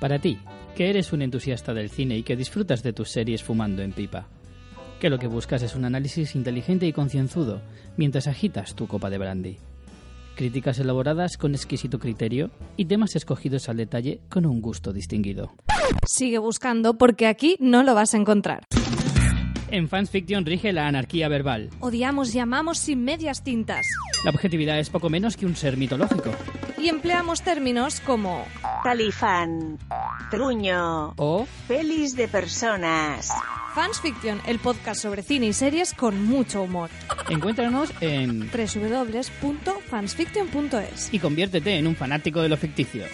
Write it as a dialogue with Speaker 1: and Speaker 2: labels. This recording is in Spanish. Speaker 1: Para ti, que eres un entusiasta del cine y que disfrutas de tus series fumando en pipa. Que lo que buscas es un análisis inteligente y concienzudo mientras agitas tu copa de brandy. Críticas elaboradas con exquisito criterio y temas escogidos al detalle con un gusto distinguido.
Speaker 2: Sigue buscando porque aquí no lo vas a encontrar.
Speaker 1: En Fans Fiction rige la anarquía verbal.
Speaker 2: Odiamos y amamos sin medias tintas.
Speaker 1: La objetividad es poco menos que un ser mitológico.
Speaker 2: Y empleamos términos como
Speaker 3: Talifán, Truño,
Speaker 1: O
Speaker 3: Pelis de personas.
Speaker 2: Fans Fiction, el podcast sobre cine y series con mucho humor.
Speaker 1: encuéntranos en...
Speaker 2: www.fansfiction.es
Speaker 1: y conviértete en un fanático de lo ficticio.